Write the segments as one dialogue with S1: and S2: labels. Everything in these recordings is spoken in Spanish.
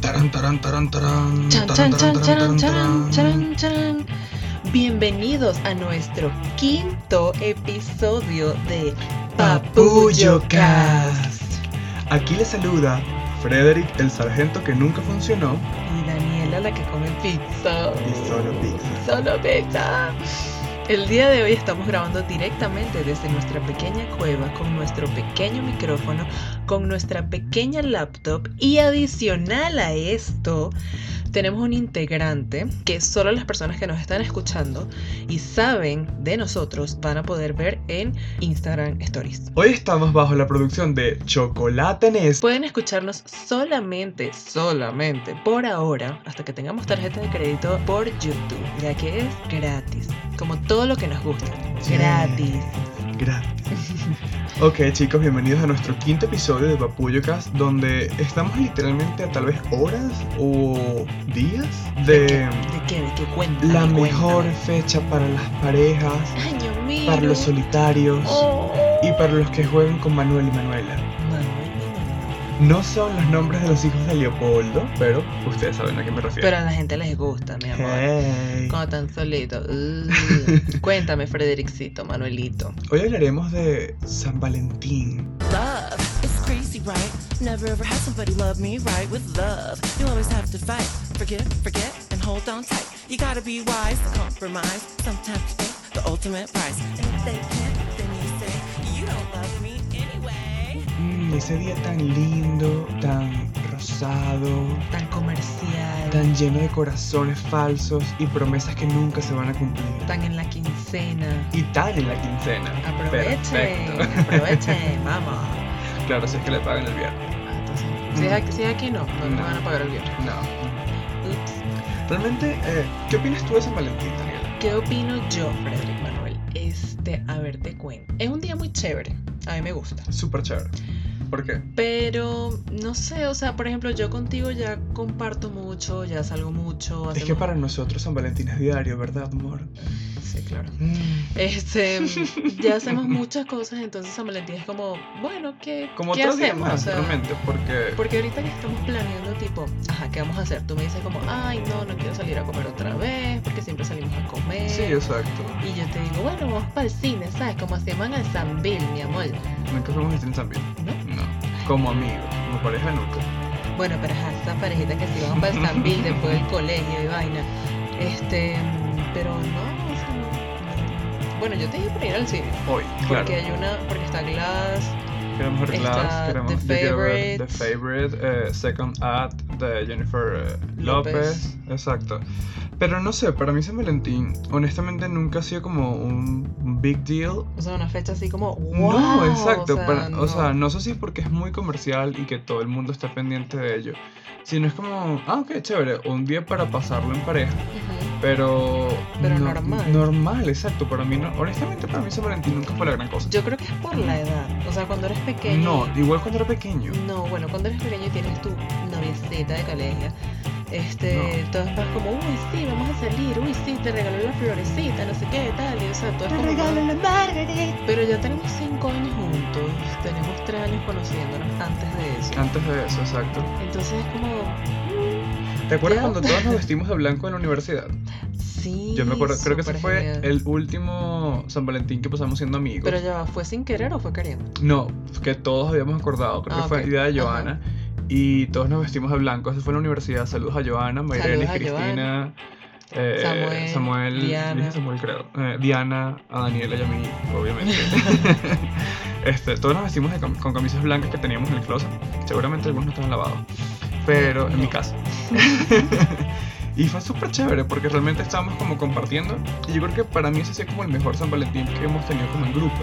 S1: Tarán, tarán, tarán,
S2: Chan,
S1: tarán,
S2: chan, chan,
S1: tarán, tarán,
S2: charan, charan,
S1: tarán.
S2: charan, charan. Bienvenidos a nuestro quinto episodio de Papullo Cast.
S1: Aquí les saluda Frederick, el sargento que nunca funcionó
S2: Y Daniela, la que come pizza.
S1: y solo pizza.
S2: Solo pizza. El día de hoy estamos grabando directamente desde nuestra pequeña cueva con nuestro pequeño micrófono, con nuestra pequeña laptop y adicional a esto tenemos un integrante que solo las personas que nos están escuchando y saben de nosotros van a poder ver en Instagram Stories.
S1: Hoy estamos bajo la producción de Chocolate Nesp.
S2: Pueden escucharnos solamente, solamente por ahora, hasta que tengamos tarjeta de crédito por YouTube, ya que es gratis, como todo lo que nos gusta.
S1: Sí.
S2: Gratis.
S1: Gracias. Ok chicos, bienvenidos a nuestro quinto episodio de Papullo Cast, donde estamos literalmente a tal vez horas o días
S2: ¿De qué?
S1: de
S2: ¿De qué? ¿De qué cuenta?
S1: la
S2: Cuéntame.
S1: mejor fecha para las parejas,
S2: Ay, yo miro.
S1: para los solitarios
S2: Oh.
S1: y para los que juegan con Manuel y Manuela.
S2: Manuel, Manuel.
S1: No son los nombres de los hijos de Leopoldo, pero ustedes saben a qué me refiero.
S2: Pero a la gente les gusta, mi amor.
S1: Eh. Hey.
S2: Cuando tan solito. Uh. Cuéntame, Fredericito, Manuelito.
S1: Hoy hablaremos de San Valentín.
S3: Love, it's crazy, right? Never ever had somebody love me right with love. You always have to fight, forgive, forget, and hold on tight. You gotta be wise to compromise. Sometimes you think the ultimate prize. And if they can't, then you say, You don't love me anyway.
S1: Mm, ese día tan lindo, tan rosado,
S2: Tan comercial. Tan,
S1: tan lleno de corazones falsos y promesas que nunca se van a cumplir.
S2: en la quincena.
S1: Y tal en la quincena.
S2: Aprovechen,
S1: Perfecto.
S2: aprovechen, vamos.
S1: claro, si es que le pagan el viernes.
S2: Si es aquí, si es aquí no, no,
S1: No.
S2: me van a pagar el viernes.
S1: No.
S2: Ups.
S1: Realmente, eh, ¿qué opinas tú de San Valentín, Daniela?
S2: ¿Qué opino yo, Frederick Manuel? Este, a ver, te cuento. Es un día muy chévere, a mí me gusta.
S1: Súper chévere. ¿Por qué?
S2: Pero, no sé, o sea, por ejemplo, yo contigo ya comparto mucho, ya salgo mucho.
S1: Es que
S2: hacemos-
S1: para nosotros San Valentín es diario, ¿verdad, amor?
S2: Sí, claro.
S1: Mm.
S2: Este, ya hacemos muchas cosas, entonces San Valentín es como, bueno, ¿qué,
S1: Como
S2: ¿qué
S1: otros días
S2: hacemos?
S1: más,
S2: O sea,
S1: realmente, porque...
S2: Porque ahorita que estamos planeando, tipo, ajá, ¿qué vamos a hacer? Tú me dices como, ay, no, no quiero salir a comer otra vez, porque siempre salimos a comer.
S1: Sí, exacto.
S2: Y yo te digo, bueno, vamos para el cine, ¿sabes? Como hacían al San Bill, mi amor.
S1: Nunca fuimos a Disney también.
S2: ¿No?
S1: No. Como amigos, como pareja nunca.
S2: Bueno, pero ajá, esa parejita que si vamos para el San Bill después del colegio y vaina. Este, pero no, o sea, no, no. Bueno, yo te dije para ir al cine.
S1: Hoy, claro.
S2: Porque hay una, porque está Glass,
S1: Queremos ver
S2: está
S1: Glass, queremos
S2: The
S1: yo quiero ver The
S2: Favourites.
S1: Favorite, eh, Second Act de Jennifer eh, López.
S2: López.
S1: Exacto. Pero no sé, para mí San Valentín, honestamente nunca ha sido como un un big deal.
S2: o sea, una fecha así como,
S1: no,
S2: wow,
S1: exacto.
S2: O sea,
S1: para-
S2: no.
S1: o sea, no sé si es porque es muy comercial y que todo el mundo está pendiente de ello. Sino es como, ah, ok, chévere, un día para pasarlo en pareja.
S2: Ujú.
S1: Pero.
S2: Pero normal.
S1: Normal, exacto. Para mí, no- honestamente, para mí San Valentín nunca fue la gran cosa.
S2: Yo creo que es por la edad. O sea, cuando eres pequeño.
S1: No, igual cuando era pequeño.
S2: No, bueno, cuando eres pequeño y tienes tu noviecita de colegio, este,
S1: No.
S2: todos vas como, uy, sí, vamos a salir, uy, sí, te regalé la florecita, no sé qué, tal, y o sea, todo es como,
S3: la margarita.
S2: Pero ya tenemos cinco años juntos, tenemos tres años conociéndonos antes de eso.
S1: Antes de eso, exacto.
S2: Entonces es como,
S1: ¿Te acuerdas
S2: Ya.
S1: cuando todos nos vestimos de blanco en la universidad?
S2: sí,
S1: Yo me acuerdo, creo que ese
S2: súper
S1: fue
S2: genial.
S1: el último San Valentín que pasamos siendo amigos.
S2: Pero ya, va, ¿fue sin querer o fue queriendo?
S1: No, que todos habíamos acordado, creo
S2: Ah,
S1: que fue
S2: ok.
S1: idea de
S2: Ajá.
S1: Joana. Y todos nos vestimos de blanco. Eso fue en la universidad. Saludos a Joana, Mayrelis,
S2: Saludos a
S1: Cristina, eh,
S2: Samuel,
S1: Samuel,
S2: Diana.
S1: dije Samuel, creo. eh, Diana, a Daniela y a mí, obviamente. este, todos nos vestimos de cam- con camisas blancas que teníamos en el closet. Seguramente algunos no estaban lavados. Pero en mi
S2: No.
S1: casa. y fue súper chévere porque realmente estábamos como compartiendo. Y yo creo que para mí ese ha sido como el mejor San Valentín que hemos tenido como en grupo.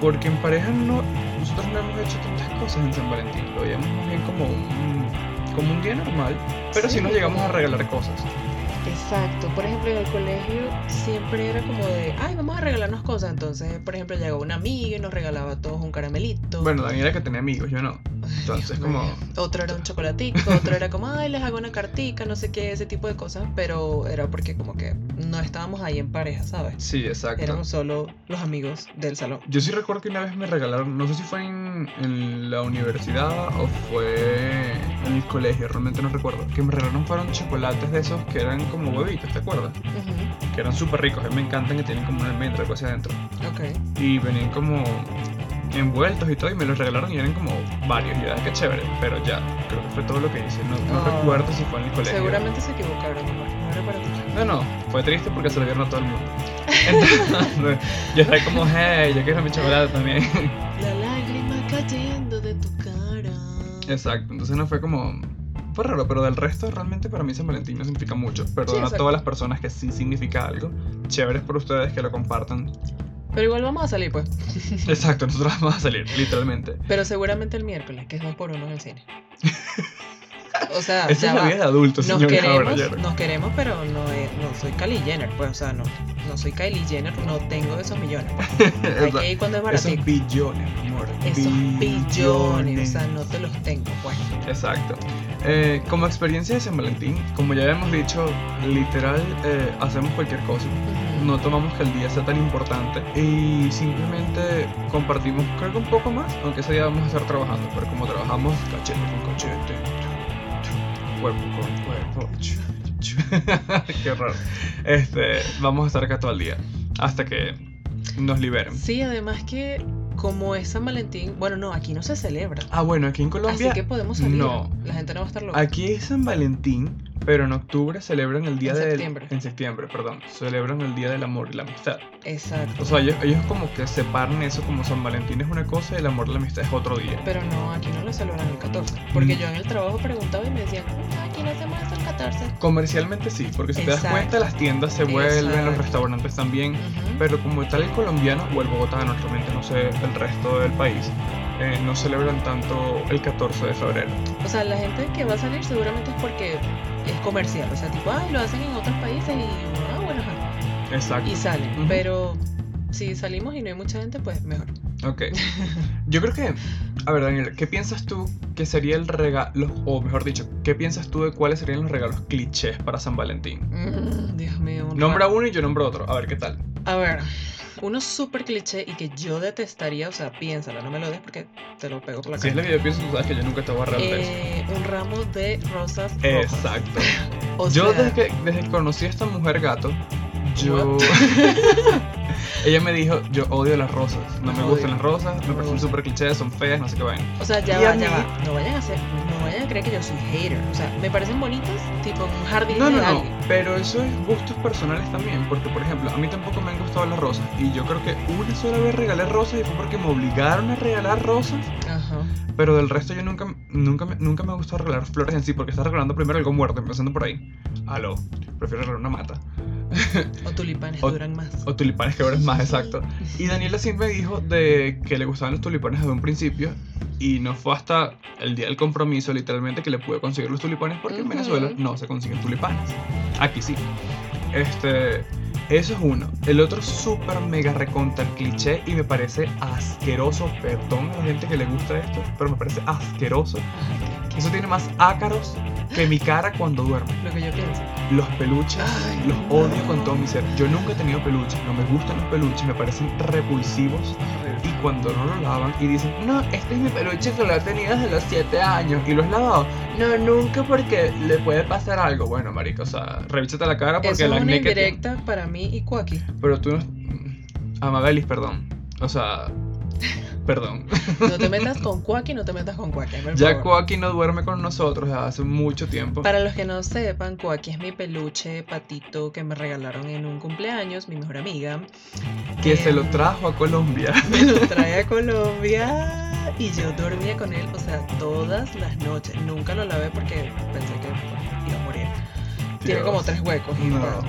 S1: Porque en pareja no, nosotros no hemos hecho tantas cosas en San Valentín, lo veíamos más bien como un, como un día normal, pero sí,
S2: Sí,
S1: nos llegamos a
S2: como-
S1: regalar cosas.
S2: Exacto, por ejemplo en el colegio siempre era como de, ay, vamos a regalarnos cosas, entonces, por ejemplo, llegó una amiga y nos regalaba a todos un caramelito.
S1: Bueno, Daniela que tenía amigos, yo no. Entonces
S2: Dios
S1: como,
S2: mío. Otro era un chocolatico, otro era como, ay, les hago una cartica, no sé qué, ese tipo de cosas, pero era porque como que no estábamos ahí en pareja, ¿sabes?
S1: sí, exacto.
S2: Éramos solo los amigos del salón.
S1: Yo sí recuerdo que una vez me regalaron, no sé si fue en, en la universidad o fue en el colegio, realmente no recuerdo, que me regalaron fueron chocolates de esos que eran como huevitos, ¿te acuerdas?
S2: Ujú,
S1: Que eran súper ricos, a mí me encantan que tienen como una almendra o algo así adentro.
S2: Ok.
S1: Y venían como envueltos y todo, y me los regalaron y eran como varios, y era que chévere, pero ya, creo que fue todo lo que hice, no, no
S2: Ah.
S1: recuerdo si fue en el colegio.
S2: Seguramente se equivocaron, amor. No era para ti.
S1: No, no, fue triste porque se lo dieron a todo el mundo. Entonces, yo estaba como, hey, yo quiero mi chocolate también.
S2: La lágrima cayendo de tu cara.
S1: Exacto, entonces no fue como... Fue raro, pero del resto realmente para mí San Valentín no significa mucho. Perdón a
S2: exacto.
S1: todas las personas que sí significa algo. Chéveres por ustedes que lo compartan.
S2: Pero igual vamos a salir, pues.
S1: Exacto, nosotros vamos a salir, literalmente.
S2: Pero seguramente el miércoles, que es dos por uno en el cine. O sea,
S1: Esa es la
S2: Ah, ya va.
S1: vida de adultos,
S2: Nos
S1: señores
S2: queremos,
S1: caballeros.
S2: nos queremos, pero no, es- no soy Kylie Jenner, pues, o sea, no, no soy Kylie Jenner, no tengo esos millones. pues. Hay
S1: Exacto.
S2: que ir cuando es
S1: Esos
S2: baratito.
S1: billones, amor.
S2: Esos billones, o sea, no te los tengo, pues.
S1: Exacto. Eh, como experiencia de San Valentín, como ya habíamos dicho, literal eh, hacemos cualquier cosa. No tomamos que el día sea tan importante y simplemente compartimos, creo que un poco más, aunque ese día vamos a estar trabajando, pero como trabajamos cachete con cachete, cuerpo con cuerpo, qué raro. Este, vamos a estar acá todo el día hasta que nos liberen.
S2: Sí, además que como es San Valentín, bueno, no, aquí no se celebra.
S1: Ah, bueno, aquí en Colombia.
S2: Así que podemos salir.
S1: no.
S2: La gente no va a estar loca.
S1: Aquí es San Valentín, pero en octubre celebran el día
S2: En
S1: del
S2: septiembre.
S1: en septiembre, perdón, celebran el día del amor y la amistad.
S2: Exacto.
S1: O sea, ellos, ellos como que separan eso como San Valentín es una cosa y el amor y la amistad es otro día.
S2: Pero no, aquí no lo celebran el 14. Porque
S1: Mm.
S2: yo en el trabajo preguntaba y me decían, "No, aquí no hacemos esto el 14.
S1: Comercialmente sí, porque si te das
S2: Exacto.
S1: cuenta las tiendas se vuelven, los
S2: Exacto.
S1: restaurantes también,
S2: Ujú.
S1: pero como tal el colombiano o el bogotano, realmente no sé, el resto del país, eh, no celebran tanto el 14 de febrero.
S2: O sea, la gente que va a salir seguramente es porque es comercial. O sea, tipo, ay, lo hacen en otros países y, ah, bueno, ajá",
S1: Exacto.
S2: y salen.
S1: Ujú.
S2: Pero si salimos y no hay mucha gente, pues mejor.
S1: Ok. Yo creo que. A ver, Daniel, ¿qué piensas tú que sería el regalo? O mejor dicho, ¿qué piensas tú de cuáles serían los regalos clichés para San Valentín?
S2: Mm, Dios mío. un
S1: Nombra
S2: rato.
S1: uno y yo nombro otro. A ver qué tal.
S2: A ver, uno súper cliché y que yo detestaría, o sea, piénsalo, no me lo des porque te lo pego por la
S1: Si es
S2: cara.
S1: lo que yo pienso, tú sabes que yo nunca te voy a regalar eso.
S2: Eh, un ramo de rosas rojas.
S1: Exacto.
S2: O
S1: yo
S2: sea,
S1: desde, que, desde que conocí a esta mujer gato, yo. Ella me dijo, yo odio las rosas. No
S2: Las
S1: me gustan
S2: odio.
S1: las rosas, me
S2: Las
S1: parecen
S2: odio.
S1: súper clichés, son feas, no sé qué vayan.
S2: o sea, ya
S1: y a
S2: va, ya
S1: mí-
S2: va. No vayan a hacer, no vayan a creer que yo soy hater. O sea, me parecen bonitas, tipo un jardín
S1: No,
S2: de
S1: no, no,
S2: alguien.
S1: pero eso es gustos personales también, porque por ejemplo, a mí tampoco me han gustado las rosas y yo creo que una sola vez regalé rosas y fue porque me obligaron a regalar rosas,
S2: Ajá.
S1: pero del resto yo nunca nunca me- nunca me ha gustado regalar flores en sí, porque estás regalando primero algo muerto, empezando por ahí. Aló, prefiero regalar una mata
S2: O tulipanes
S1: O-
S2: duran más.
S1: o tulipanes que ahora es más exacto. Y Daniela siempre dijo de que le gustaban los tulipanes desde un principio y no fue hasta el día del compromiso literalmente que le pude conseguir los tulipanes porque en
S2: Ujú.
S1: Venezuela no se consiguen tulipanes. Aquí sí. Este, eso es uno. El otro súper mega recontra cliché y me parece asqueroso, perdón a la gente que le gusta esto, pero me parece asqueroso.
S2: Ay, qué-
S1: Eso tiene más ácaros que mi cara cuando duermo.
S2: qué- Lo que yo pienso.
S1: Los peluches,
S2: Ay,
S1: los
S2: no.
S1: odio con todo mi ser. Yo nunca he tenido peluches, no me gustan los peluches, me parecen repulsivos. Y cuando no lo lavan y dicen, no, este es mi peluche que lo he tenido desde los 7 años y lo has lavado. No, nunca porque le puede pasar algo. Bueno, marico, o sea, revísate la cara porque
S2: Eso es
S1: la
S2: una
S1: acné que tiene-
S2: indirecta para mí y Cuaki.
S1: Pero tú no. Amabelis, perdón. O sea, perdón.
S2: No te metas con Cuaki, no te metas con Cuaki. por
S1: Ya
S2: favor.
S1: Coaqui no duerme con nosotros desde hace mucho tiempo.
S2: Para los que no sepan, Coaqui es mi peluche patito que me regalaron en un cumpleaños, mi mejor amiga.
S1: Que se
S2: Eh,
S1: lo trajo a Colombia.
S2: Me lo trae a Colombia y yo dormía con él, o sea, todas las noches. Nunca lo lavé porque pensé que bueno, iba a morir. Tiene
S1: Dios.
S2: como tres huecos. y
S1: No.
S2: nada.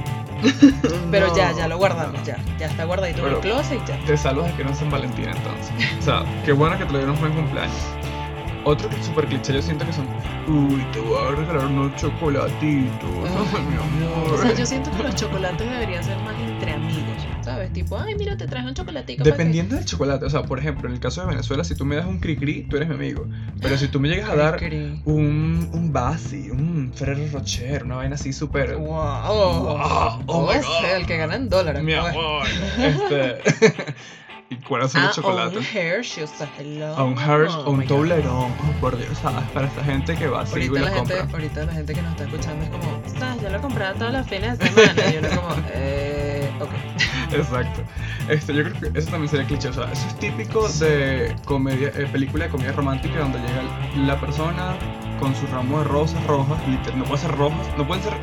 S2: Pero ya,
S1: No,
S2: ya lo guardamos,
S1: no.
S2: ya. Ya está guardadito en el
S1: Pero-
S2: closet y ya.
S1: Te salvas de que no es San Valentín entonces. O sea, qué bueno que te lo dieron buen cumpleaños. Otro que super cliché yo siento que son, uy, te voy a regalar unos chocolatitos,
S2: Ay,
S1: mi amor.
S2: O sea, yo siento que los chocolates deberían ser más entre amigos, ¿sabes? Tipo, ay, mira, te traje un chocolatico. para que-".
S1: Dependiendo del chocolate, o sea, por ejemplo, en el caso de Venezuela, si tú me das un cri-cri, tú eres mi amigo. Pero si tú me llegas a dar
S2: Cri-cri.
S1: un, un Basi, un Ferrero Rocher, una vaina así súper.
S2: Wow.
S1: Eh, Wow, oh my
S2: O sea,
S1: God.
S2: el que gana en dólares.
S1: Mi
S2: pues.
S1: amor. Este, y corazón de
S2: Ah, o
S1: chocolate.
S2: un Hershey, o sea, hello.
S1: A un Harris o
S2: Oh my
S1: un
S2: God.
S1: Toblerón, oh, por Dios, ¿sabes? Para esa gente que va a seguir y
S2: Ahorita
S1: lo
S2: la, gente,
S1: compra.
S2: ahorita la gente que nos está escuchando es como, ¿sabes? Yo lo compraba todos los fines de semana. Y uno como, eh, ok.
S1: Exacto. Este, yo creo que eso también sería cliché. O sea, eso es típico de comedia, eh, película de comedia romántica donde llega la persona con su ramo de rosas rojas. liter- No puede ser rojas, no pueden ser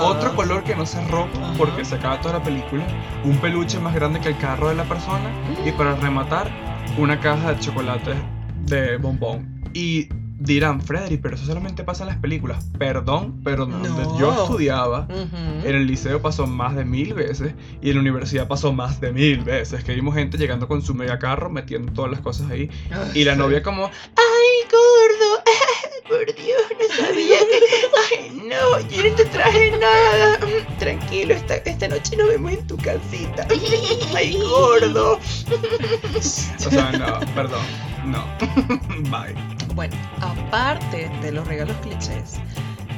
S1: otro color que no sea rojo
S2: Ah. Ajá.
S1: porque se acaba toda la película. Un peluche más grande que el carro de la persona. Y
S2: Mm.
S1: para rematar, una caja de chocolates de bombón. Y dirán, Frederick, pero eso solamente pasa en las películas. Perdón, pero donde
S2: No.
S1: yo estudiaba,
S2: Ujú.
S1: en el liceo pasó más de mil veces y en la universidad pasó más de mil veces. Que vimos gente llegando con su mega carro, metiendo todas las cosas ahí. Y la novia como,
S4: ¡Ay, gordo! Por Dios, no sabía que... ¡Ay, no! Yo no te traje nada. Mm, Tranquilo, esta, esta noche nos vemos en tu casita. ¡Ay, gordo!
S1: o sea, no, perdón, no, bye.
S2: Bueno, aparte de los regalos clichés,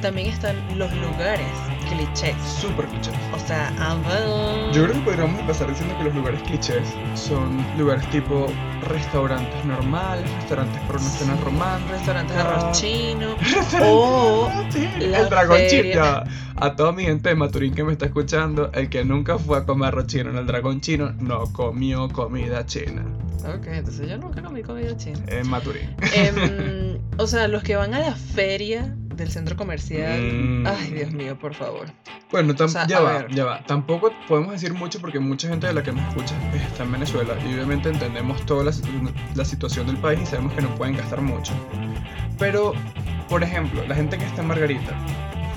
S2: también están los lugares clichés.
S1: Súper clichés.
S2: O sea, avant.
S1: Yo creo que podríamos empezar diciendo que los lugares clichés son lugares tipo restaurantes normales, restaurantes por una cena
S2: Sí.
S1: romántica.
S2: Restaurantes de arroz chino.
S1: Oh,
S2: la
S1: el dragón
S2: feria.
S1: chino. A toda mi gente de Maturín que me está escuchando, el que nunca fue a comer arroz chino en el dragón chino no comió comida china
S2: Ok, entonces yo nunca comí comida china.
S1: en Maturín.
S2: Em, o sea, los que van a la feria del centro comercial.
S1: Mm.
S2: Ay, Dios mío, por favor.
S1: Bueno, tam-
S2: O sea,
S1: ya
S2: a
S1: va,
S2: ver.
S1: ya va. Tampoco podemos decir mucho porque mucha gente de la que nos escucha está en Venezuela y obviamente entendemos toda la, situ- la situación del país y sabemos que no pueden gastar mucho. Pero, por ejemplo, la gente que está en Margarita,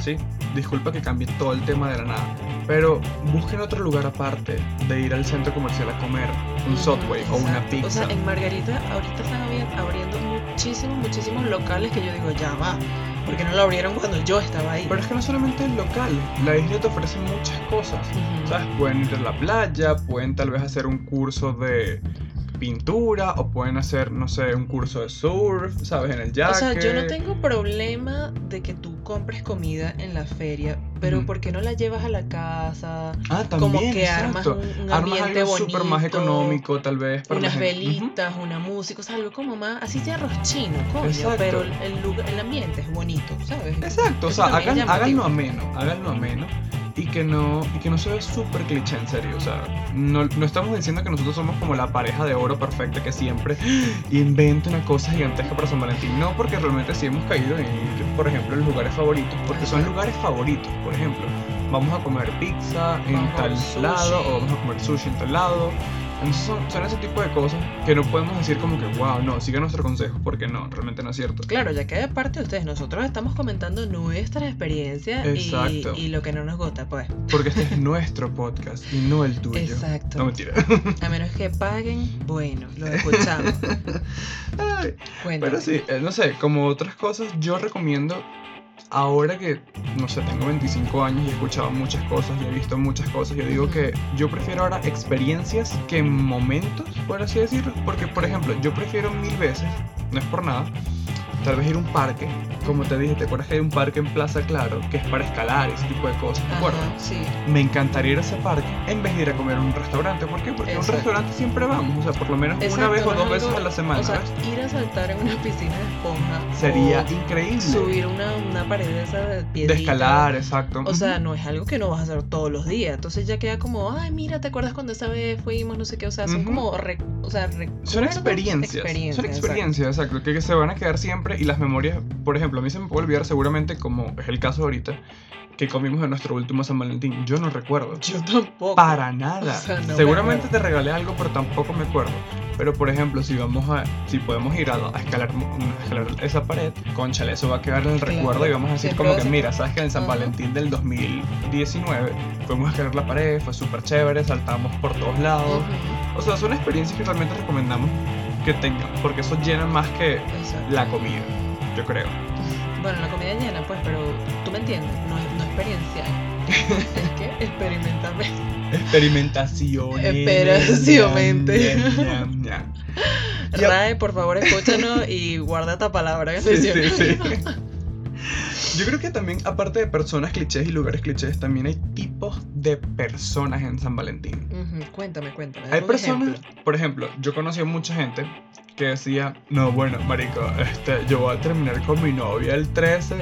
S1: ¿sí? Disculpa que cambie todo el tema de la nada, pero busquen otro lugar aparte de ir al centro comercial a comer un Subway o una
S2: Exacto.
S1: pizza.
S2: O sea, en Margarita ahorita están abri- abriendo muchísimos, muchísimos locales que yo digo, ya va. Porque no lo abrieron cuando yo estaba ahí.
S1: Pero es que no solamente el local, la isla te ofrece muchas cosas.
S2: Ujú.
S1: ¿Sabes? Pueden ir a la playa, pueden tal vez hacer un curso de pintura o pueden hacer, no sé, un curso de surf, ¿sabes? En el
S2: O
S1: yaque.
S2: sea, yo no tengo problema de que tú compres comida en la feria, pero
S1: Ujú.
S2: ¿por qué no la llevas a la casa?
S1: Ah, también,
S2: Como que armas
S1: exacto.
S2: un, un
S1: Armas
S2: ambiente
S1: algo
S2: bonito.
S1: súper más económico, tal vez. para la
S2: Unas
S1: gente. Ujú.
S2: velitas, una música, o sea, algo como más, así de arroz chino, coño,
S1: Exacto.
S2: pero el- el, lugar, el ambiente es bonito, ¿sabes?
S1: Exacto, o
S2: Eso
S1: sea,
S2: también
S1: hagan,
S2: es llamativo.
S1: háganlo ameno, háganlo ameno y que no, y que no se vea súper cliché en serio, o sea, no, no estamos diciendo que nosotros somos como la pareja de oro perfecta que siempre inventa una cosa gigantesca para San Valentín, no porque realmente sí hemos caído en ir, por ejemplo, en lugares favoritos, porque son lugares favoritos, por ejemplo, vamos a comer pizza en
S2: Vamos a
S1: tal
S2: comer sushi.
S1: lado o vamos a comer sushi en tal lado. Entonces son, son ese tipo de cosas que no podemos decir como que, wow, no, sigan nuestro consejo, porque no, realmente no es cierto.
S2: Claro, ya que de parte de ustedes, nosotros estamos comentando nuestras experiencias y,
S1: Exacto.
S2: y lo que no nos gusta, pues.
S1: Porque este es nuestro podcast y no el tuyo.
S2: Exacto.
S1: No mentira.
S2: A menos que paguen, bueno, lo escuchamos.
S1: Ay,
S2: Cuéntame.
S1: Pero sí, eh, no sé, como otras cosas, yo recomiendo, ahora que, no sé, tengo 25 años y he escuchado muchas cosas y he visto muchas cosas, yo digo que yo prefiero ahora experiencias que momentos, por así decirlo. Porque, por ejemplo, yo prefiero mil veces, no es por nada, tal vez ir a un parque. Como te dije, ¿te acuerdas que hay un parque en Plaza Claro que es para escalar, ese tipo de cosas? ¿Te
S2: Ajá,
S1: acuerdas?
S2: sí.
S1: me encantaría ir a ese parque en vez de ir a comer a un restaurante. ¿Por qué? Porque a un
S2: Exacto.
S1: restaurante siempre vamos, o sea, por lo menos
S2: Exacto,
S1: una vez o
S2: no
S1: dos
S2: es algo-
S1: veces a la semana.
S2: O sea,
S1: ¿ves?
S2: ir a saltar en una piscina de esponja.
S1: Sería
S2: o
S1: increíble.
S2: subir una, una pared de esa de
S1: de
S2: piedrita.
S1: escalar, exacto.
S2: O sea, no es algo que no vas a hacer todos los días. Entonces ya queda como, ay, mira, ¿te acuerdas cuando esa vez fuimos? No sé qué. O sea, son
S1: Ujú.
S2: como. re- o sea,
S1: Son
S2: recuerdos-
S1: experiencias, son
S2: exacto.
S1: experiencias, exacto. que, que se van a quedar siempre y las memorias, por ejemplo, a mí se me puede olvidar seguramente, como es el caso ahorita, que comimos en nuestro último San Valentín. Yo no recuerdo.
S2: Yo tampoco.
S1: Para nada.
S2: O sea, no me
S1: Seguramente
S2: acuerdo.
S1: te regalé algo, pero tampoco me acuerdo. Pero por ejemplo, si vamos a, si podemos ir a, a escalar, a escalar esa pared, conchale, eso va a quedar en el
S2: Claro.
S1: recuerdo y vamos a decir
S2: Siempre
S1: como
S2: vas
S1: que
S2: a-
S1: mira, sabes que en San
S2: Ajá.
S1: Valentín del 2019 fuimos a escalar la pared, fue súper chévere, saltamos por todos lados.
S2: Ujú,
S1: O sea, son experiencias que realmente recomendamos que tengan, porque eso llena más que
S2: exacto.
S1: la comida, yo creo.
S2: Bueno, la comida llena, pues, pero tú me entiendes. No, no experiencial. es que experimentame.
S1: Experimentaciones.
S2: Esperacionmente.
S1: Ñam, ñam, ñam. Y a-
S2: Rae, por favor, escúchanos y guarda esta palabra que
S1: Sí, sí,
S2: mencioné.
S1: sí. Yo creo que también, aparte de personas clichés y lugares clichés, también hay tipos de personas en San Valentín.
S2: Ujú, Cuéntame, cuéntame.
S1: Hay
S2: algún
S1: personas,
S2: Ah, ejemplo.
S1: por ejemplo, yo conocí a mucha gente que decía, no, bueno, marico, este, yo voy a terminar con mi novia el 13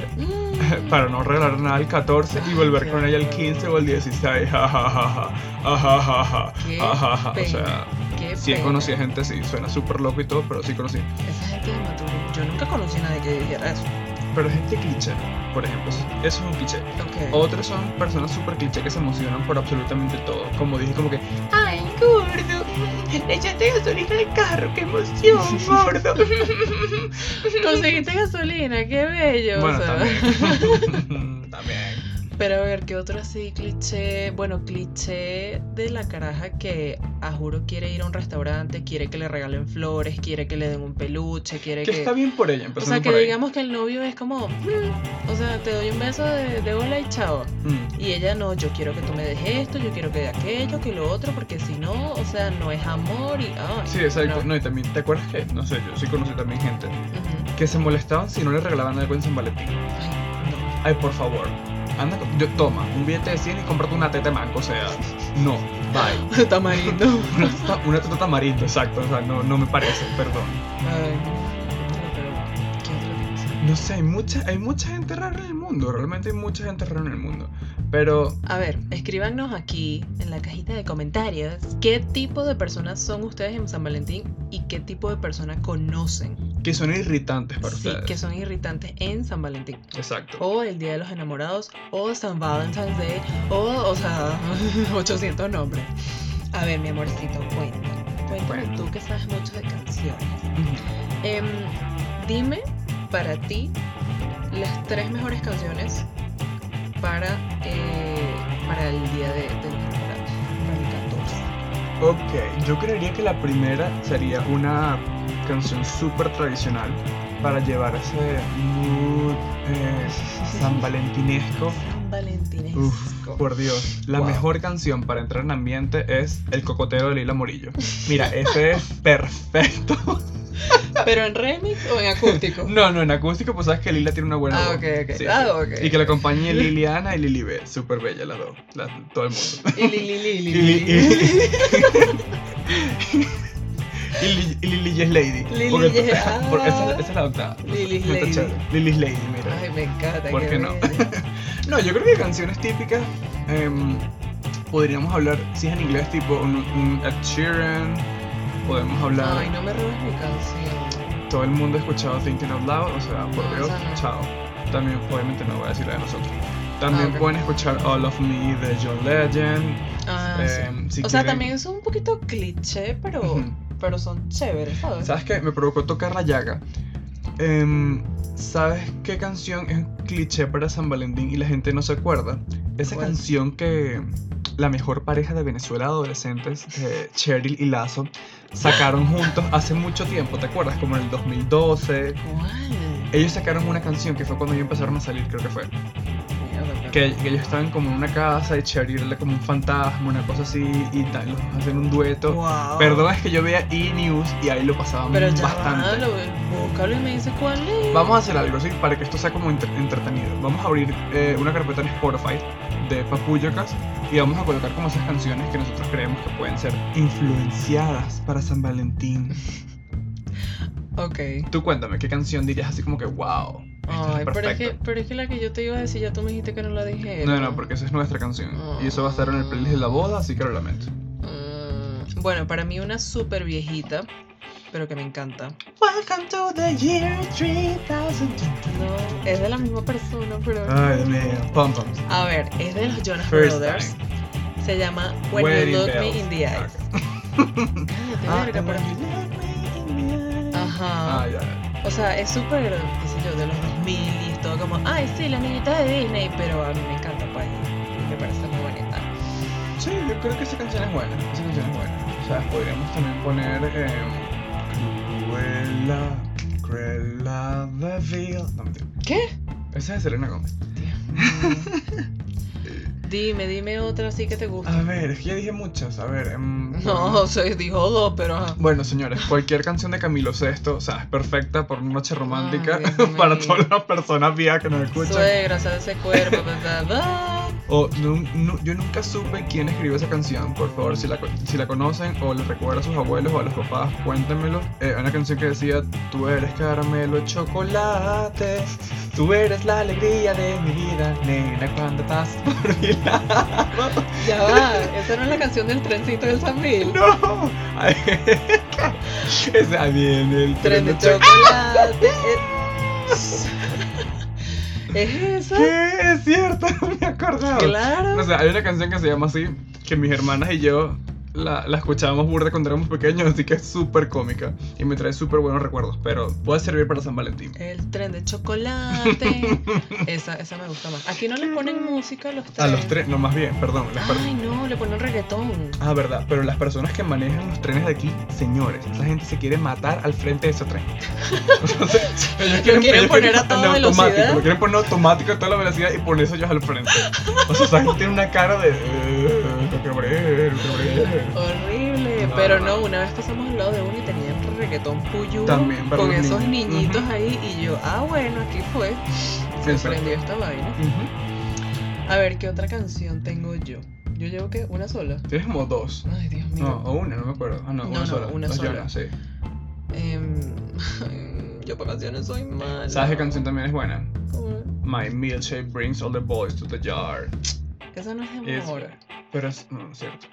S2: Mm.
S1: para no regalar nada el 14 y
S2: Ay,
S1: volver
S2: qué
S1: con ella el
S2: horror.
S1: 15 o el 16. Jajajaja, ajajaja,
S2: Qué
S1: ajajaja. O sea,
S2: pena, Qué
S1: sí
S2: pena.
S1: conocí a gente, sí, suena súper loco y todo, pero sí conocí.
S2: Esa gente de Maturo. Yo nunca conocí a nadie que dijera eso.
S1: Pero gente cliché, por ejemplo, eso es un cliché.
S2: Ok.
S1: Otras son personas súper cliché que se emocionan por absolutamente todo. Como dije, como que,
S4: Ay, gordo. Le echaste gasolina al carro. Qué emoción, gordo.
S2: Conseguiste gasolina, qué bello.
S1: bueno,
S2: o sea.
S1: también. también.
S2: Pero a ver, ¿qué otro así cliché? Bueno, cliché de la caraja que a juro quiere ir a un restaurante, quiere que le regalen flores, quiere que le den un peluche, quiere
S1: Que
S2: que.
S1: está bien por ella,
S2: o
S1: empezando
S2: sea, que
S1: por ahí.
S2: digamos que el novio es como. "Mm", o sea, te doy un beso de, de hola y chao.
S1: Mm,
S2: Y ella no, yo quiero que tú me dejes esto, yo quiero que de aquello, que lo otro, porque si no, o sea, no es amor y. ay,
S1: Sí, exacto.
S2: no.
S1: No, y también, ¿te acuerdas que? No sé, yo sí conocí también gente
S2: Ujú.
S1: que se molestaban si no le regalaban algo en San Valentín.
S2: Ay, no.
S1: Ay, por favor. Anda, con- yo, toma un billete de 100 y cómprate una teta de mango, o sea, no, bye.
S2: Tamarindo.
S1: Una teta, una teta tamarindo, exacto, o sea, no, no me parece, perdón.
S2: Ay, pero, ¿qué otra cosa?
S1: No sé, hay mucha, hay mucha gente rara en el mundo, realmente hay mucha gente rara en el mundo. Pero
S2: A ver, escríbanos aquí en la cajita de comentarios qué tipo de personas son ustedes en San Valentín y qué tipo de personas conocen
S1: que son irritantes para
S2: sí, Oh.
S1: ustedes.
S2: que son irritantes en San Valentín.
S1: Exacto.
S2: O el Día de los Enamorados, o San Valentine's Day, o, o sea, 800 nombres. A ver, mi amorcito, cuéntame. Cuéntame
S1: Bueno.
S2: tú que sabes mucho de canciones.
S1: Ujú.
S2: Em, dime para ti las tres mejores canciones para, eh, para el día de, de los enamorados, para el 14.
S1: Ok, yo creería que la primera sería una canción súper tradicional para llevar ese mood eh, san valentinesco.
S2: San Valentín
S1: Uf, por Dios. La
S2: Wow.
S1: mejor canción para entrar en ambiente es El cocoteo de Lila Morillo. Mira, ese es perfecto.
S2: ¿Pero en remix o en acústico?
S1: No, no, en acústico, pues sabes que Lila tiene una buena
S2: ah,
S1: voz.
S2: ok, ok.
S1: Sí,
S2: ah,
S1: sí.
S2: ok.
S1: Y que la acompañe Liliana y Lili B. Súper bella las dos. las- todo el mundo.
S2: Y Lili, Lili,
S1: Y
S2: Lili.
S1: Lili. Y Lili- y Lili Yes Lady.
S2: Lili
S1: Porque-
S2: Yes-
S1: porque esa, esa es la octava.
S2: Lili's
S1: Está
S2: Lady.
S1: chévere. Lili's Lady, mira.
S2: Ay, me encanta.
S1: ¿Por qué no?
S2: bello.
S1: No, yo creo que canciones típicas em, podríamos hablar, si es en inglés, tipo un, un Ed Sheeran, podemos hablar,
S2: Ay, no me robes mi canción.
S1: todo el mundo ha escuchado Thinking Out Loud, o sea, por
S2: No,
S1: Dios,
S2: esa no.
S1: chao. También, obviamente, no voy a decir la de nosotros. También
S2: Ah, ok.
S1: pueden escuchar All of Me de John Legend.
S2: Ah, sí.
S1: em, si
S2: O sea,
S1: quieren-
S2: también es un poquito cliché, pero,
S1: Ujú.
S2: pero son chéveres, ¿sabes?
S1: ¿Sabes qué? Me provocó tocar la llaga. Em, ¿Sabes qué canción es un cliché para San Valentín y la gente no se acuerda? Esa
S2: ¿Cuál?
S1: canción que la mejor pareja de Venezuela de adolescentes, eh, Cheryl y Lazo, sacaron juntos hace mucho tiempo, ¿te acuerdas? Como en el 2012.
S2: ¿Cuál?
S1: Ellos sacaron una canción que fue cuando ellos empezaron a salir, creo que fue.
S2: Mierda, pero-
S1: Que, que ellos estaban como en una casa y Cheryl era como un fantasma, una cosa así, y tal, los dos hacen un dueto.
S2: Guau.
S1: Perdón, es que yo veía E-News y ahí lo pasaban
S2: Pero ya
S1: bastante.
S2: va, lo, búscalo y me dice cuál es.
S1: Vamos a hacer algo, sí, para que esto sea como entre- entretenido. Vamos a abrir eh, una carpeta en Spotify de Papuyocas y vamos a colocar como esas canciones que nosotros creemos que pueden ser influenciadas para San Valentín.
S2: Ok.
S1: Tú cuéntame, ¿qué canción dirías así como que wow? Esto
S2: Ay,
S1: es
S2: pero es, que,
S1: perfecto.
S2: pero es que la que yo te iba a decir, ya tú me dijiste que no la dije.
S1: No, no, porque esa es nuestra canción. Y eso va a estar en el
S2: Ah.
S1: playlist de la boda, así que lo lamento.
S2: Mm, bueno, para mí una súper viejita, pero que me encanta.
S4: Welcome to the year 3000.
S2: No, es de la misma persona, pero...
S1: Ay, Dios mío. Pom Poms.
S2: A ver, es de los Jonas
S1: First
S2: Brothers.
S1: time.
S2: Se llama When
S1: Wedding
S2: You Look
S1: bells. Ah,
S2: Me in the Eyes.
S1: Ok.
S2: Cállate,
S1: Ah,
S2: verga, para mí. Ajá.
S1: Ah, ya, ya.
S2: O sea, es súper, qué sé yo, de los 2000 y es todo como, ay, sí, la niñita de Disney, pero a mí me encanta, pues, y me parece muy bonita.
S1: Sí, yo creo que esa canción es buena. Esa canción es buena. O sea, podríamos también poner. Eh, Cruella, Cruella de Vil. No, mentira.
S2: ¿Qué?
S1: Esa es de Selena Gomez.
S2: Dios mío. Dime, dime otra así que te gusta.
S1: A ver, es que ya dije muchas. A ver. em,
S2: No, se dijo dos, pero ah, ajá.
S1: Bueno, señores, cualquier canción de Camilo VI, o sea, es perfecta por una noche romántica
S2: Ay, Dios
S1: para
S2: mío.
S1: todas las personas viejas que nos escuchan.
S2: Suegra, sale ese cuerpo, Ah, ta, ta, ta.
S1: O nun- nu- yo nunca supe quién escribió esa canción. Por favor, si la, co- si la conocen o les recuerda a sus abuelos o a los papás, cuéntenmelo. Eh, una canción que decía: Tú eres caramelo y chocolate, tú eres la alegría de mi vida, nena, cuando pasas por mi lado.
S2: Ya va, esa no es la canción del trencito del San Mil.
S1: ¡No! Ay, Está bien, el
S2: Tren de
S1: chocolate.
S2: chocolate. Es ¿Es esa.
S1: ¿Qué? Es cierto, no me acordaba. No
S2: Claro.
S1: sé, hay una canción que se llama así, que mis hermanas y yo la, la escuchábamos burda cuando éramos pequeños, así que es súper cómica y me trae súper buenos recuerdos, pero puede servir para San Valentín.
S2: El tren de chocolate. Esa, esa me gusta más. Aquí no le ponen música a los trenes.
S1: A los tres, no más bien, perdón. las per-
S2: Ay, no, le ponen reggaetón.
S1: Ah, verdad, pero las personas que manejan los trenes de aquí, señores, esa gente se quiere matar al frente de ese tren. Entonces, ellos
S2: Lo quieren poner a toda
S1: en automático,
S2: velocidad.
S1: Lo quieren poner automático a toda la velocidad y ponerse ellos al frente. O sea, esa gente tiene una cara de... "Eh, no quiero morir, no quiero morir".
S2: Horrible.
S1: No,
S2: Pero
S1: no.
S2: no, una vez pasamos al lado de uno y tenían reggaetón puyú
S1: También para
S2: con
S1: los
S2: esos
S1: niños.
S2: niñitos
S1: Ujú.
S2: ahí. Y yo, ah, bueno, aquí fue. Se
S1: Exacto.
S2: prendió esta vaina.
S1: Ujú.
S2: A ver, ¿qué otra canción tengo yo? Yo llevo que una sola.
S1: Tienes como dos.
S2: Ay, Dios mío.
S1: No, o una, no me acuerdo. Ah, no,
S2: No,
S1: una
S2: no,
S1: sola.
S2: una
S1: Dos
S2: sola.
S1: Jonas, sí.
S2: Em, yo para canciones soy mala.
S1: ¿Sabes qué canción también es buena?
S2: ¿Cómo?
S1: My milkshake brings all the boys to the yard.
S2: Esa no es de
S1: Es-
S2: amor.
S1: Pero es. No, no es cierto.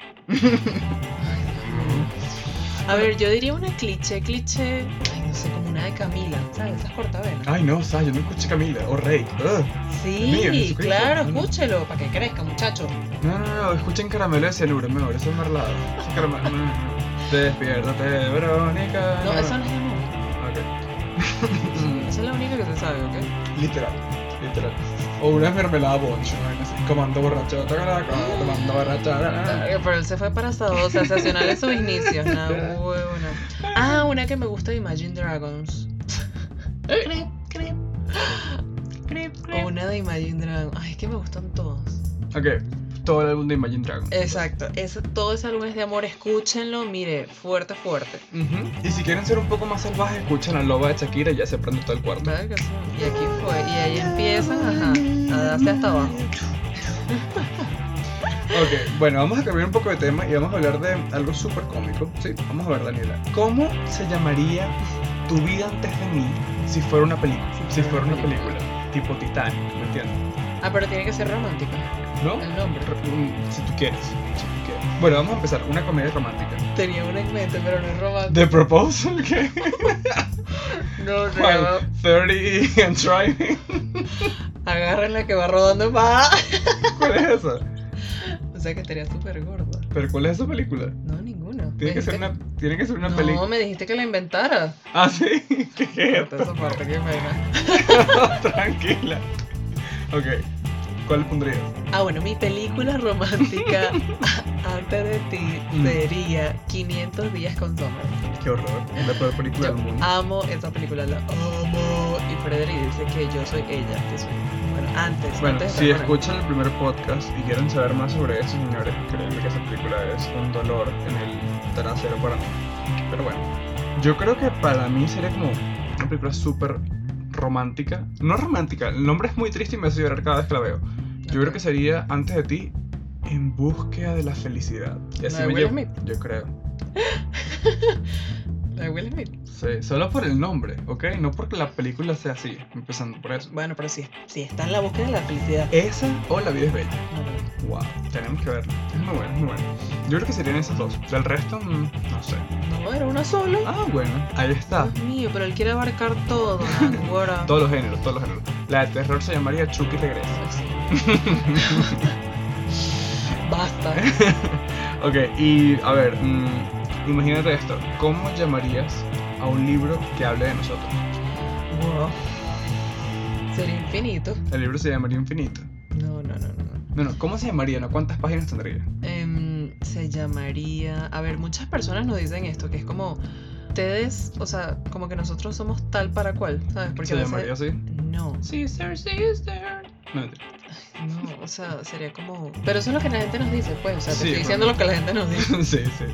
S2: A ver, yo diría una cliché, cliché. Ay, no sé, como una de Camila. ¿Sabes? Esas cortavenas.
S1: Ay, no, Sasha, no escuché Camila. O Rey. Ugh. mío,
S2: Sí,
S1: Jesucristo.
S2: claro,
S1: No, no.
S2: escúchelo. Para que crezca, muchacho.
S1: No, no, no, escuchen caramelo de cianuro, mejor. Eso es merlado. Eso es caramelo. no, no, no. Despiértate, Verónica.
S2: No, esa no es de amor.
S1: Ok.
S2: Esa Mm, es la única que se sabe, ¿ok?
S1: Literal. Literal. O una mermelada boncho, ¿no? Así, Comando borracho, tocala, comando borracho. ah, ah.
S2: Eh, Pero él se fue para Sado, sensacional en sus inicios. Una huevona. Ah, una que me gusta de Imagine Dragons.
S4: Crep, crep. Crep,
S2: O
S4: crep.
S2: una de Imagine Dragons. Ay, es que me gustan todas.
S1: Ok, todo el álbum de Imagine Dragons.
S2: Exacto, ese- todo ese álbum es de amor, escúchenlo, mire, fuerte, fuerte.
S1: Ujú. Y si quieren ser un poco más salvajes, escuchan a Loba de Shakira y ya se prende todo el cuarto.
S2: ¿Verdad que sí? Y aquí fue, y ahí empiezan ajá, a darse hasta abajo.
S1: Ok, bueno, vamos a cambiar un poco de tema y vamos a hablar de algo súper cómico. Sí, vamos a ver, Daniela. ¿Cómo se llamaría tu vida antes de mí si fuera una película? Si fuera una película, tipo Titanic, ¿me entiendes?
S2: Ah, pero tiene que ser romántico
S1: ¿No?
S2: el nombre.
S1: Re- un- Si tú quieres. si tú quieres. Bueno, vamos a empezar. Una comedia romántica.
S2: Tenía una en mente, pero no es romántico.
S1: The Proposal, ¿qué?
S2: No, no,
S1: While 30 and Driving.
S2: agarren la que va rodando va.
S1: ¿Cuál es esa?
S2: O sea que estaría súper gorda.
S1: ¿Pero cuál es esa película?
S2: No, ninguna.
S1: Tiene que
S2: Me
S1: ser
S2: dijiste-
S1: una, tiene que ser una
S2: ¿Este? no,
S1: película.
S2: me dijiste que la inventara.
S1: Ah, sí. ¿Qué es esto?
S2: Corta esa parte, qué pena.
S1: Tranquila. Ok. ¿Cuál pondrías?
S2: Ah, bueno, mi película romántica antes de ti
S1: Mm.
S2: sería 500 días con Summer.
S1: Qué horror. Es la peor película
S2: Yo ah,
S1: del mundo.
S2: amo esa película, la amo. Y Frederick dice que yo soy ella, que soy. Bueno, antes.
S1: Bueno,
S2: antes de
S1: si
S2: estar con él.
S1: escuchan el primer podcast y quieren saber más sobre eso, señores, créanme que esa película es un dolor en el trasero para mí. Pero bueno, yo creo que para mí sería como una película súper romántica. No romántica, el nombre es muy triste y me hace llorar cada vez que la veo. Yo creo que sería antes de ti, en búsqueda de la felicidad. Y así
S2: ¿La de
S1: me
S2: Will
S1: llevo-
S2: Smith?
S1: Yo creo.
S2: La de Will Smith.
S1: Sí, solo por el nombre, ¿ok? No porque la película sea así, empezando por eso.
S2: Bueno, pero sí, sí, está en la búsqueda de la felicidad.
S1: Esa o La vida es bella.
S2: No, no, no.
S1: Wow, tenemos que verla. Es muy buena, es muy buena. Yo creo que serían esas dos. Del resto, mm, no sé.
S2: No, era una sola.
S1: Ah, bueno, ahí está.
S2: Dios mío, pero él quiere abarcar todo, ahora.
S1: Todos los géneros, todos los géneros. La de terror se llamaría Chucky Regresa.
S2: Basta.
S1: Ok, y a ver, mm, imagínate esto. ¿Cómo llamarías a un libro que hable de nosotros?
S2: Wow. Sería infinito.
S1: El libro se llamaría Infinito.
S2: No, no, no, no. no.
S1: No, no, ¿cómo se llamaría? No, ¿cuántas páginas tendría?
S2: Em, se llamaría. A ver, muchas personas nos dicen esto, que es como. Ustedes, o sea, como que nosotros somos tal para cual, ¿sabes? Porque
S1: ¿Se
S2: a veces-
S1: llamaría así?
S2: No.
S4: Sister, sister.
S1: No, mentira.
S2: No, o sea, sería como. Pero eso es lo que la gente nos dice, pues. O sea, te
S1: Sí,
S2: estoy diciendo
S1: bueno.
S2: lo que la gente nos dice.
S1: sí, sí.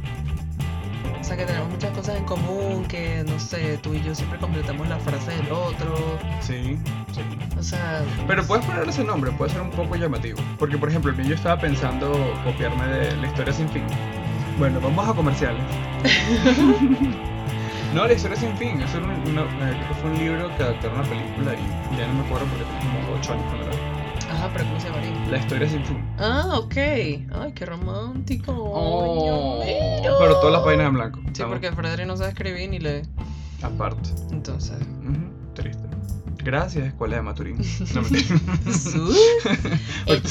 S2: O sea, que tenemos muchas cosas en común, que no sé, tú y yo siempre completamos la frase del otro.
S1: Sí, sí.
S2: O sea.
S1: Pero puedes poner ese nombre, puede ser un poco llamativo. Porque, por ejemplo, el mío yo estaba pensando copiarme de la historia sin fin. Bueno, vamos a comerciales. no, la historia sin fin. Eso era un, una- eh, creo que fue un libro que adaptaron a una película y ya no me acuerdo porque tenía como 8 años cuando la vi.
S2: Ajá, pero ¿cómo se llamaría?
S1: La historia sin fin.
S2: Ah, ok. Ay, qué romántico. ñoñero.
S1: Oh, pero todas las páginas en blanco.
S2: Sí,
S1: Estamos-
S2: porque Frederick no sabe escribir ni leer.
S1: Aparte.
S2: Entonces.
S1: Ujú, Triste. Gracias, Escuela de Maturín. No, mentira.
S2: Su-
S1: Porque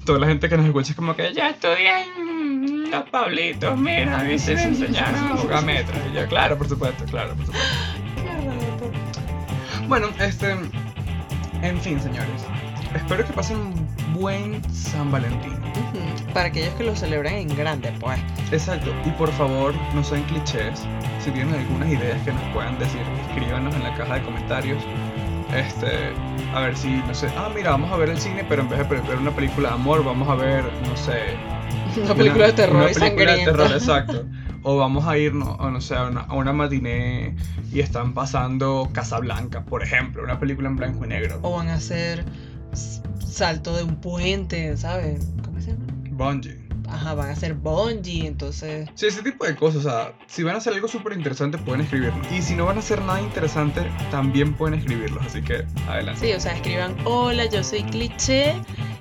S1: to- toda la gente que nos escucha es como que ya estudié en los Pablitos, mira, a mí se me enseñaron a jugar metro. Y yo, claro, por supuesto, claro, por supuesto.
S2: Qué rato.
S1: Bueno, este. En fin, señores. Espero que pasen un buen San Valentín.
S2: Ujú, Para aquellos que lo celebran en grande, pues.
S1: Exacto. Y por favor, no sean clichés. Si tienen algunas ideas que nos puedan decir, escríbanos en la caja de comentarios. Este, a ver si, no sé, ah, mira, vamos a ver el cine, pero en vez de ver una película de amor, vamos a ver, no sé,
S2: Una película de terror
S1: una
S2: y
S1: película de terror,
S2: sangrienta.
S1: exacto. O vamos a irnos, o no sé, a una, a una matiné y están pasando Casablanca, por ejemplo, una película en blanco y negro.
S2: O van a hacer s- salto de un puente, ¿sabes? ¿Cómo se llama?
S1: Bungie.
S2: Ajá, van a hacer bungee, entonces.
S1: Sí, ese tipo de cosas. O sea, si van a hacer algo súper interesante, pueden escribirnos. Y si no van a hacer nada interesante, también pueden escribirlos. Así que adelante.
S2: Sí, o sea, escriban, hola, yo soy cliché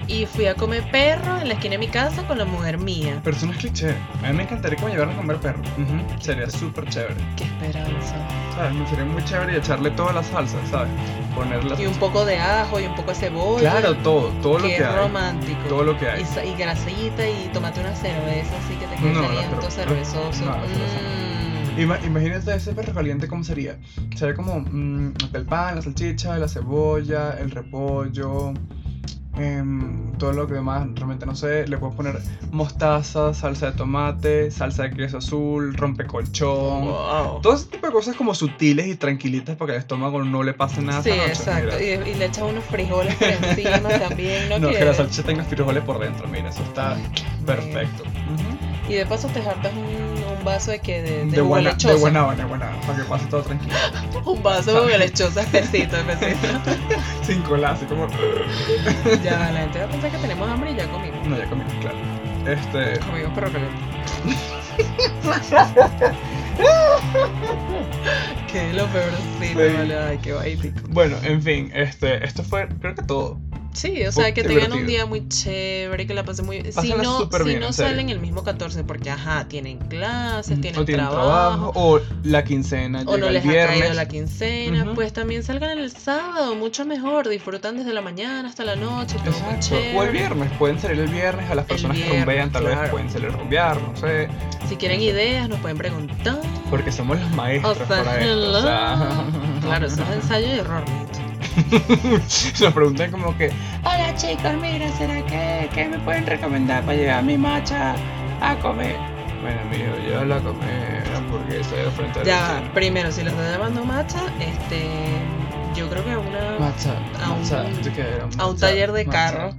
S2: y fui a comer perro en la esquina de mi casa con la mujer mía.
S1: Personas cliché. A mí me encantaría que me llevaran a comer perro. Ujú, Sería súper chévere.
S2: Qué esperanza.
S1: ¿Sabes? Me sería muy chévere y echarle todas las salsas, ¿sabes? Ponerlas.
S2: Y un poco de ajo y un poco de cebolla.
S1: Claro, todo. Todo lo
S2: Qué
S1: que hay.
S2: romántico.
S1: Todo lo que hay.
S2: y, sa- y grasita y tomate una cerveza así que te quede
S1: No, la
S2: saliento
S1: cerveza-
S2: cervezoso.
S1: no, la cerveza
S2: Mm.
S1: Ima- imagínate ese perro caliente, ¿cómo sería? Sería como mm, el pan, la salchicha, la cebolla, el repollo, em, todo lo que demás, realmente no sé. Le puedes poner mostaza, salsa de tomate, salsa de queso azul, rompecolchón.
S2: Wow.
S1: Todo ese tipo de cosas como sutiles y tranquilitas para que el estómago no le pase nada.
S2: Sí,
S1: esa noche,
S2: exacto.
S1: mira.
S2: Y, y le echas unos frijoles por encima también, ¿no?
S1: No, que la
S2: quieres?
S1: salchicha tenga frijoles por dentro, mira, eso está perfecto. Ujú.
S2: Y de paso te jartas un, un vaso de que de, de,
S1: De,
S2: uva
S1: buena,
S2: lechosa.
S1: de buena, Ah. de buena, para que pase todo tranquilo.
S2: Un vaso de uva lechosa espesito, espesito.
S1: Sin cola, así como...
S2: ya, la gente va a pensar que tenemos hambre y ya comimos.
S1: No, ya comí, claro. Este...
S2: Comimos perro caliente. que es lo peorcito,
S1: Sí.
S2: vale. Ay, qué baitico.
S1: Bueno, en fin, este, esto fue, creo que todo.
S2: Sí, o sea, que
S1: divertido.
S2: tengan un día muy chévere, que la pasen muy bien. Si
S1: Pásenla
S2: no,
S1: súper
S2: si
S1: bien,
S2: no
S1: en serio.
S2: salen el mismo 14, porque ajá, tienen clases, tienen,
S1: o Mm, tienen
S2: trabajo,
S1: trabajo, o la quincena
S2: o
S1: llega
S2: no
S1: el
S2: les ha caído
S1: viernes.
S2: la quincena,
S1: Ujú.
S2: pues también salgan el sábado, mucho mejor, disfrutan desde la mañana hasta la noche, todo muy
S1: Exacto.
S2: chévere.
S1: O el viernes, pueden salir el viernes a las
S2: El
S1: personas que
S2: viernes,
S1: rumbean, tal vez
S2: claro.
S1: pueden salir a rumbear, no sé,
S2: Si quieren ideas, nos pueden preguntar.
S1: porque somos los
S2: o
S1: maestros
S2: sea,
S1: para esto. o sea.
S2: hello. Claro, eso es ensayo y error. Nito.
S1: Nos preguntan como que,
S4: Hola chicos, mira, ¿será que, que me pueden recomendar para llevar a mi macha a comer?
S1: bueno, amigo, yo la comí hamburguesa de frente a
S2: Ya, primero, si les está llamando macha, este, yo creo que una...
S1: Macha,
S2: A un-
S1: macha, yo quiero
S2: a un
S1: matcha,
S2: taller de
S1: matcha,
S2: carro.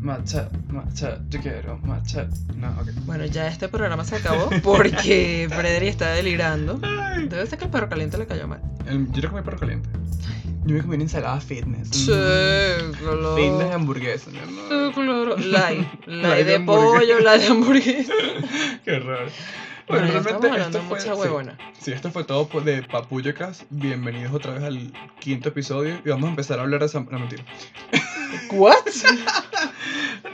S1: Macha, macha, yo quiero macha. No, ok.
S2: Bueno, ya este programa se acabó porque Frederick está delirando. Debe ser que el perro caliente le cayó mal.
S1: El- yo no comí perro caliente. Yo me comí una ensalada fitness.
S2: Sí, claro.
S1: Mm. Fitness de hamburguesa, mi amor.
S2: Sí, claro. Light.
S1: Light
S2: Light
S1: de
S2: de pollo, light de hamburguesa.
S1: Qué raro. Bueno,
S2: Bueno, ya
S1: realmente
S2: estamos hablando
S1: esto fue,
S2: mucha
S1: sí,
S2: huevona.
S1: sí, esto fue todo por- de Papuyocas. Bienvenidos otra vez al quinto episodio y vamos a empezar a hablar de San... No, mentira.
S2: ¿What?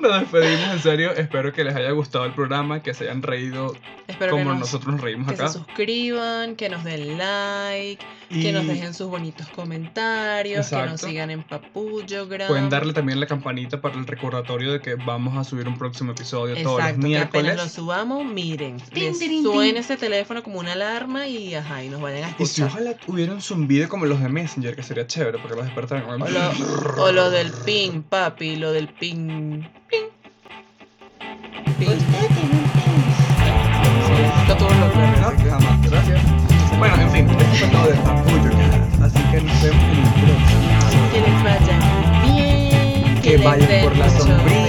S1: Nos despedimos, en serio. Espero que les haya gustado el programa, que se hayan reído
S2: Espero
S1: como
S2: que, nos,
S1: nosotros nos reímos
S2: que se
S1: acá.
S2: suscriban, que nos den like,
S1: Y
S2: que nos dejen sus bonitos comentarios, que nos
S1: Exacto.
S2: sigan en Papullo
S1: pueden darle también la campanita para el recordatorio de que vamos a subir un próximo episodio todos los
S2: Exacto, que apenas lo
S1: miércoles.
S2: subamos, miren,
S4: Tin,
S2: les
S4: tirin, tin.
S2: suena ese teléfono como una alarma y ajá, y nos vayan a
S1: Y si
S2: escuchar.
S1: ojalá hubiera un zumbido como los de Messenger, que sería chévere, porque los despertaran como...
S2: O lo, o lo del ping, papi, lo del ping. Ping. Ping.
S4: Ustedes tienen pene.
S2: Nunca tuvo los
S1: No,
S2: labios, así que-
S1: jamás, gracias. Bueno, en fin, esto fue todo de Papuyo, así que nos vemos en el próximo.
S2: Que les vaya muy bien. Que,
S1: Que
S2: les
S1: Vayan por la
S2: mucho.
S1: sombrilla.